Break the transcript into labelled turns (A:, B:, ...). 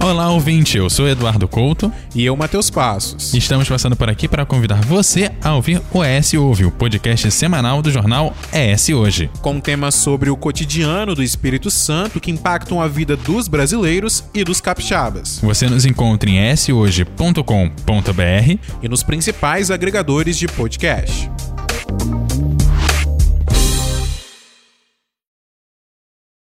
A: Olá, ouvinte. Eu sou Eduardo Couto.
B: E eu, Matheus Passos.
A: Estamos passando por aqui para convidar você a ouvir o ES Ouve, o podcast semanal do jornal ES Hoje.
B: Com temas sobre o cotidiano do Espírito Santo que impactam a vida dos brasileiros e dos capixabas.
A: Você nos encontra em eshoje.com.br
B: E nos principais agregadores de podcast.